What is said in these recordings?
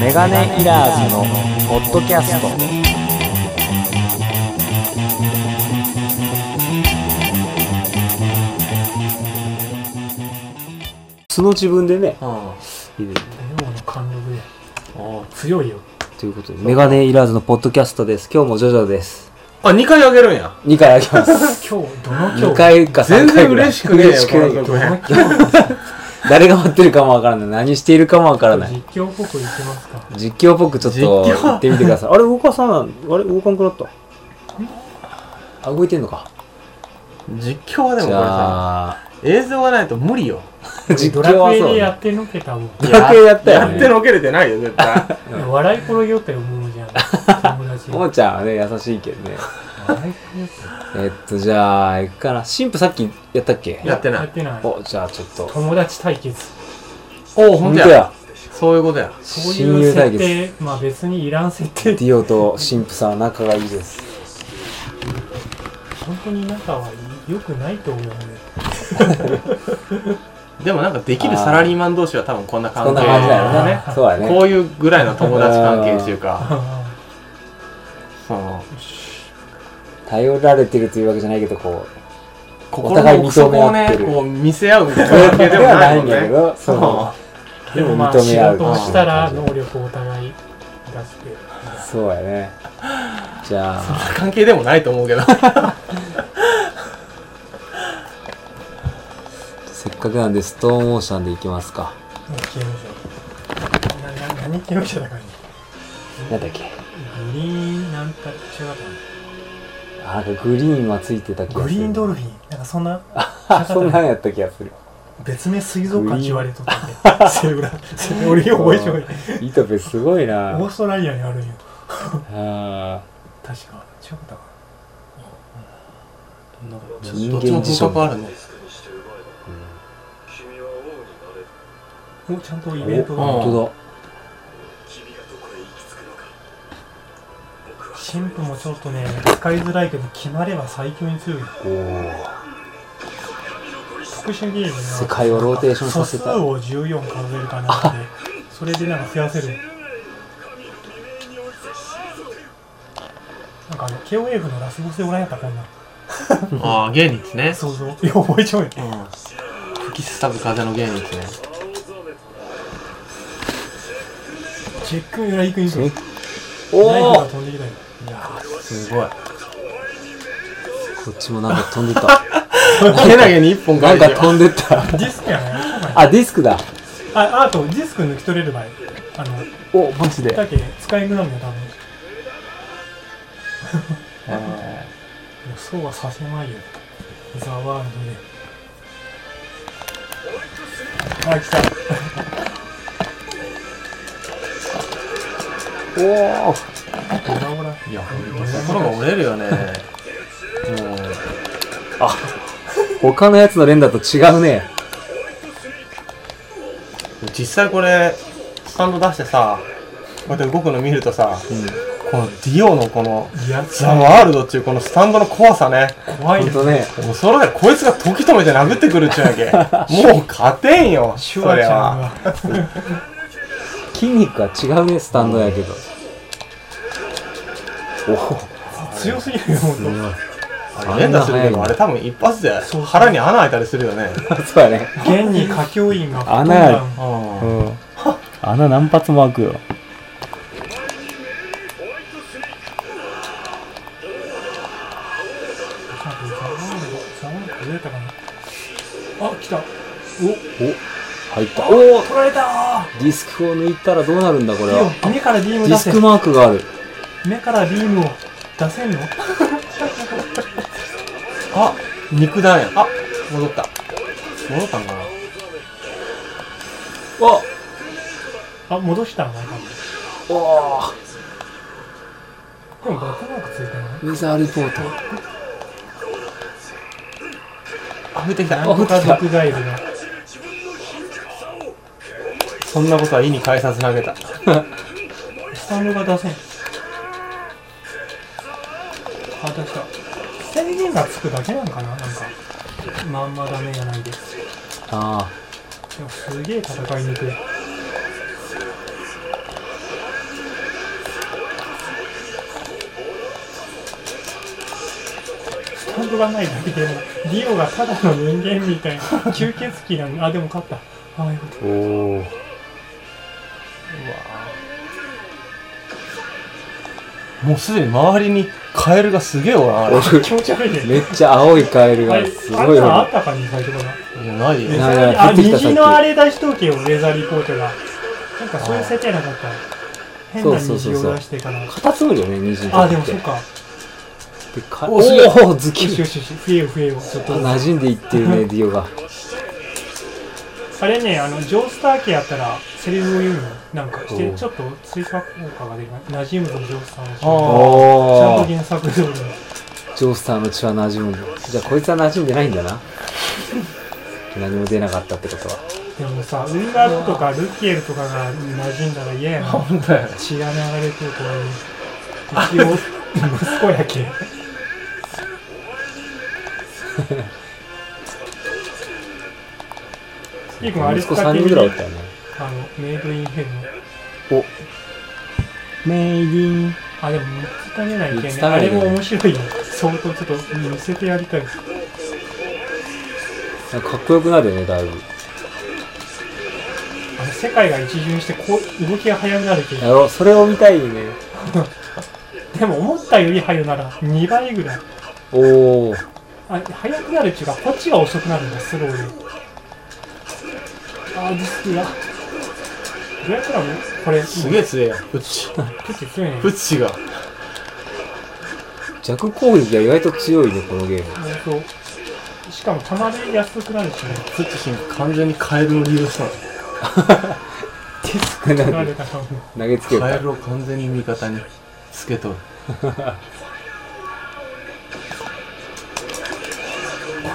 メガネイラーズのポッドキャスト素の自分でねああいる脳の貫禄でああ強いよということでメガネいらずのポッドキャストです今日もジョジョですあ、2回あげるんや。 2回あげます 今日どの今2日回か3全回然ぐらい嬉しくねえよ、嬉しこくねのえよ局面。誰が待ってるかもわからない何しているかもわからない実況っぽくいきますか実況っぽくちょっと実況行ってみてくだ さいあれ動かさないあれ動かんくなったあ動いてんのか実況はでもこじれさ、ゃあ映像がないと無理よ。 実ド況ラはクエそうでやねってのけたもんドラクエやったよやってねのけれてないよ、絶対。笑い転げようって思うじゃん友達ももちゃんはね優しいけど ねえっとじゃあ行くかな神父さっきやったっけやってないやってないおじゃあちょっと友達対決おう、ほ本んと当や。や そういうことや。そう親い友う対決設定まあ別にいらん設定ディオと神父さんは仲がいいです 本当に仲は良くないと思うねでもなんかできるサラリーマン同士は多分こんなそん関な感じだ係。よねあーそうだねこういうぐらいの友達関係ってい うか、あその、頼られてるというわけじゃないけどこうお心互いの奥認底めを合ってね、るこう見せ合うみたいな関係でもないもんではないんだけどね。そのーでもまあ認仕め合う事をしたら能力をお互い出してそうやねじゃ あ関係でもないと思うけど。せっかくなんでストーンオーシャンでいきますか刑務所なな何刑務所だからねなんだっけグリーンなんた違うあなんかグリーンはついてた気がすかるグリーンドルフィンなんかそんなあそんなんやった気がする別名水族館って言われとったんでセブラセブラ俺よ覚えちょいイトペすごいオなーストラリアにあるんよあ確か違うかどっちも人格あるね。おちゃんとイベンートおが本神父もちょっとね使いづらいけど決まれば最強に強い当だお特殊ゲームな世界をローテーションさせた素数を14数えるかなんかでそれでなんか増やせるなんかあの KOF のラスボスでおらんやったこんなんああ、芸人ですね。想像いや覚えちゃうようん。吹きすさぶ風の芸人ですね。チェックメラ行くんおナイフおがお飛んできたよす ごい。 こっちもなんか飛んでったけなげに一本な書んいてかよ。飛んでったディスクやねあディスクだああとディスク抜き取れる場合あのおマジでだけ使いにくなんだよ多分いやそうはさせないよザワールドであ来たおおオラオラいや、心が折れるよね。もう。他のやつの連打と違うね実際これスタンド出してさこうやって動くの見るとさ、このディオのこのいやザ・ワールドっていうこのスタンドの怖さね怖い本よ当ね恐れないこいつが時止めて殴ってくるっちゅうわけもう勝てんよシそュワちれゃんはが筋肉は違うねスタンドやけどおお強すぎるよ本あれ連打するけどあれ多分一発で腹に穴開いたりするよねそうやね当現に歌教員が穴やろううん穴何発も開くよザワールドザワールド出たかなあ来た入ったおお取られたーディスクを抜いたらどうなるんだこれはビーム目からビームデ出ィスせクマークがある目からビームを出せんのあ肉弾やあ戻った戻ったんかなああ戻したんだ多おお分でもバックマークついてないウェザーリポートあ降ってきたなんとか毒ガエルがそんなことは意に介さず投げたスタンドが出せんあ出した制限がつくだけなんかななんかまんまダメがないでであもすげえ戦いにくいンドがないだけでディオがただの人間みたいな吸血鬼なのあでも勝ったああよかったおおうわあもうすでに周りにカエルがすげえおらんあれ気持ち悪いねめっちゃ青いカエルあがれすあごんいなのあわったかね最初からいやないよでなさいらになあい降ってきた右のあれ出しとけよレーザーリポートがなんかそういう設定なかった変なそうそうそ虹うそうを出してからカタツムリよね虹あでもそっかでかおおすげえおズよしキよしよし増えよう増えようちょっと馴染んでいってるねディオ があれね、あの、ジョースター家やったら、セリフを言うの、なんかしてお、うちょっと追加効果が出るかな。馴染むぞ、ジョースターのあ血は。ちゃんとおー原作通りに。ジョースターの血は馴染むんだじゃあこいつは馴染んでないんだな何も出なかったってことはでもさ、ウィンガードとかルキエルとかが馴染んだら嫌やな。なんだよ血が流れてるとかいう。一応、息子やけ。いいくん、あれ息使子って3み人ぐらいおっるたよねあの、メイドインヘブン。メイディンあ、でも、見つかめないけ見つね。かめあないれねも面白いよ。相当ちょっと、見せてやりたい。なんかかっこよくなるよねだいぶあの世界が一巡してこう動きが速くなるけやどろうそれを見たいねでも思ったより速いなら2倍ぐらいおおあ速くなるっていうかこっちが遅くなるんだスローであーディスキがどうやったらもうこれすげえ強えやんプッチプッチ強いねプッチが弱攻撃が意外と強いねこのゲームほんとしかもたまに安くなるしねプッチ君完全にカエルを利用したのディスク取られたかも投げつけるかカらエルを完全に味方につけとるこ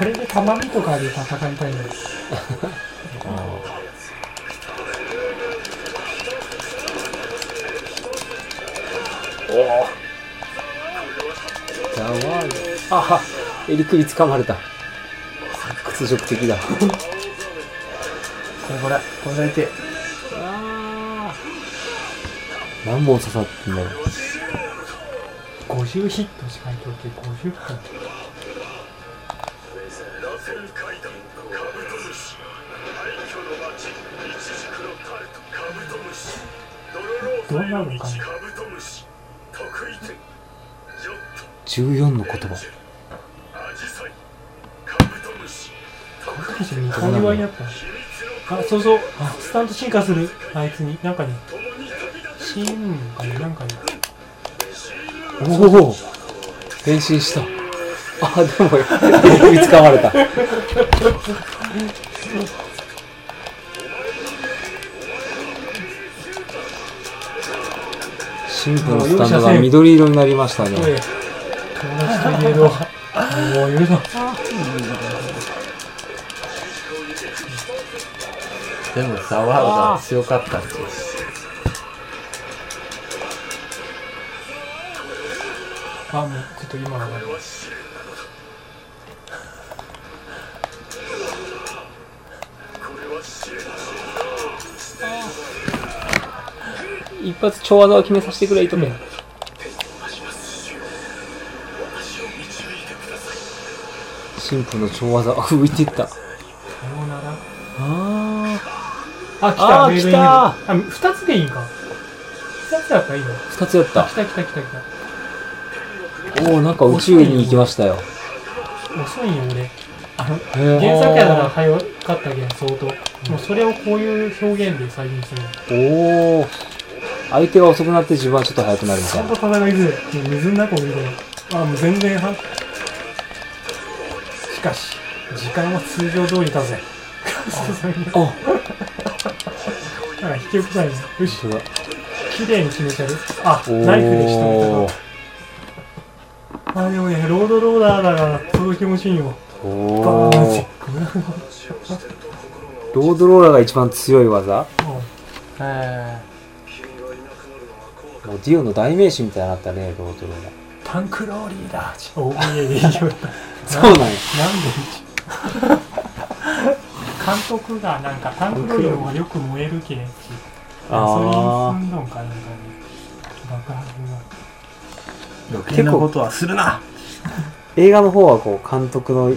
れで玉みとかで戦いたいんですやばいあは襟首掴まれた屈辱的だこれこれこれだけ何本刺さってんだろう50ヒットしかいとって50本どうなるのかね14の言葉高橋に痛みわいになったあそうそうあスタント進化するあいつになんかねシーンかねなんかねおお変身したあでも 襟首掴まれた神父のスタンドが緑色になりましたね声友達といえどもう許さんでもザワールが強かったっていうあもうちょっと今は一発超技を決めさせてくれいとめ、うん神父の超技あ浮いていったさようならああ来たあーメール来たあ二つでいいんか二つだったらいいの2つやった来た来た来た来たおおなんか宇宙に行きましたよ遅いよ俺あのへー原作やから早かったけど相当もうそれをこういう表現で再現するのおお相手が遅くなって自分はちょっと速くなるみたちゃいんなと戦いづらい。もう水の中を見てあ、もう全然は。しかし、時間は通常 通りだぜ。あなんか引き受けたいね。よし、本当だ綺麗に決めちゃう。あ、おーナイフで仕留めたな。あ、でもね、ロードローダーだから、その気持ちいいよ。おーバーンロードローラーが一番強い技うんへもうディオの代名詞みたいになったねロードローラー タンクローリーだ。OBA でいい よ。そうなんやなんで監督がなんかタンクロイドはよく燃えるけんってガソあーリン積んどんかなんかに爆発が余計なことはするな映画の方はこう監督の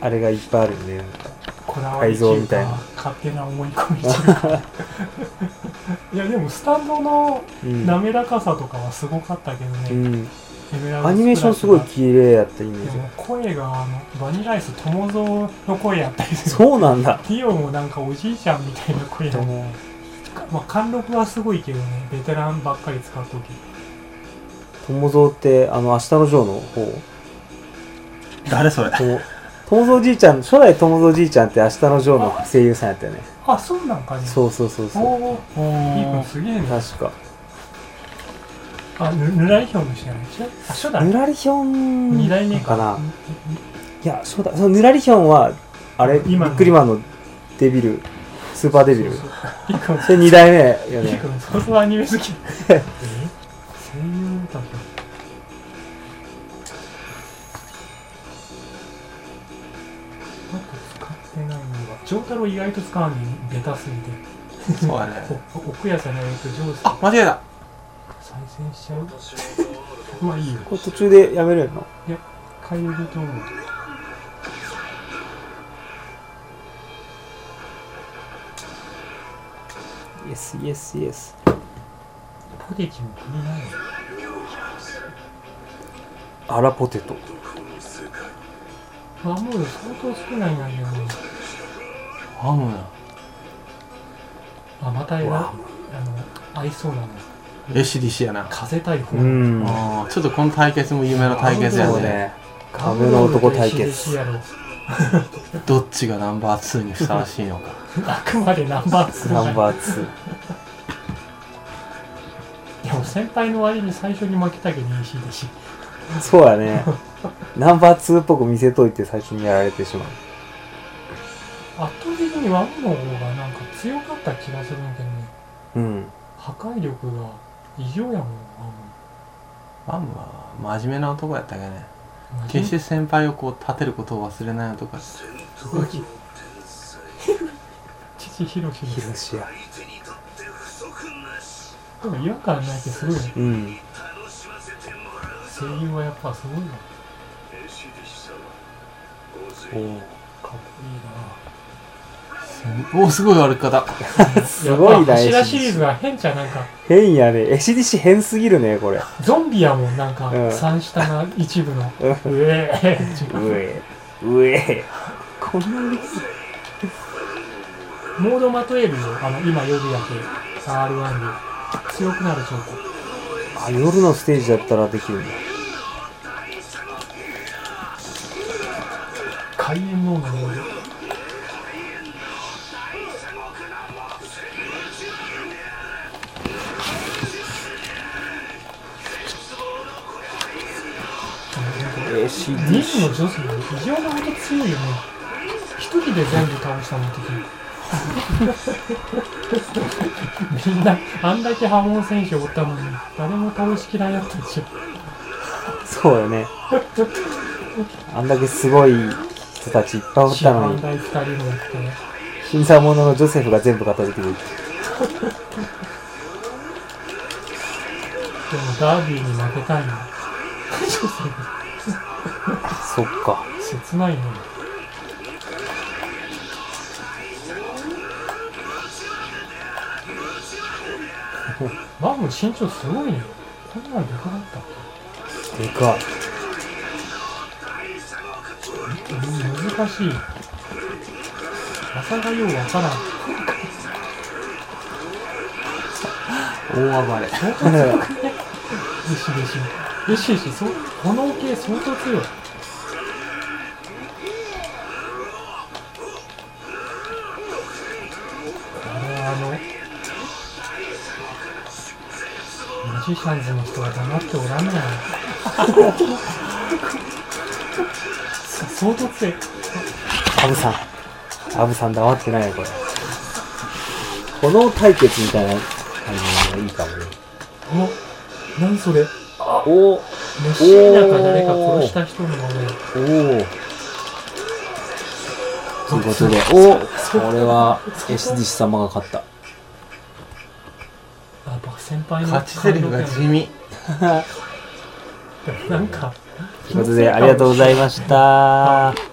あれがいっぱいあるんでなんかこだわりっ改て造いうみたいかな勝手な思い込みっていうかいやでもスタンドのうん滑らかさとかはすごかったけどうね、ん、エメラルドアニメーションすごいスプ綺麗やったイメラッーシュジがでも声があのバニラアイス友蔵の声やったりす るそうなんだディオもなんかおじいちゃんみたいな声やったりまあ貫禄はすごいけどねベテランばっかり使うとき友蔵ってあの明日のジョーの方誰それとも友蔵じいちゃん初代友蔵じいちゃんって明日のジョーの声優さんやったよねあそうなんかねうそうそうそうそうおおーいいー分すげえな確かあぬぬらりひょんの人じゃないでしょあ初代ぬらりひょん二代目かかないやそうだそのぬらりひょんはあれビ今のックリマンのデビルスーパーデビルそうそそういいかもれ2代目よいいねかもそこそこアニメ好きえ声優だとなんか使ってないのが丈太郎意外と使わんねんベタすぎそてうやねお奥屋さんのやつ上手あ間違えた再生しちゃうまあいいよこれ途中でやめるやんの変えると思うイエスイエスイエスポテチも気になるあらポテトあもう相当少ないなんだよねハムやあまたあのわ合いそうなの ACDC やな風対方うんあーちょっとこの対決も有名な対決やそうねね壁の男対 決やろどっちがナンバー2にふさわしいのかあくまでナンバーツーナンーバー2でも先輩の割に最初に負けたけど EC でしそうやねナンバー2っぽく見せといて最初にやられてしまう圧倒的にワンの方がなんか強かった気がするんだけどねうん破壊力が異常やもんハムは真面目な男やったけどねワンも決して先輩をこう立てることを忘れない男やった動き 父ひろしでヒすロシやでも違和感ないってすごいねうん声優はやっぱすごいなかおーっこいおおすごい歩き方いすなごいなやっぱ柱 ACDC シリーズは変じゃんなんか変やね ACDC 変すぎるねこれゾンビやもんなんか、うん三下な一 部のううえーうえうえこんなにモードまとえるよあの今夜だけ R1 で強くなる証拠あ夜のステージだったらできるんだ開演の方がモード人 ACDC 数の女子が異常なほど強いよね一人で全部倒したの時 みんなあんだけ波紋選手おったのに誰も倒しきらんやったでしょそうよねあんだけすごい人たちいっぱいおっ師たの範に大二人もいてね新参者のジョセフが全部片付けていくでもダービーに負けたいのそっか切ないねマム身長すごいねこんなんでかかったっでかいけうん難しい朝がようわからん 大暴れ相当強くねよしよしよしよしそう炎系相当強いあれはあのマジシャンズの人は黙っておらんねや相当強いアブさんアブさん黙ってないよこれこの対決みたいな感じのいいかもねお何それおお飯なんか誰か殺した人の名前おーということで、おこれは、エシデシ様が勝った。あ僕先輩の勝ちセリフが地味なんかということで、ありがとうございました。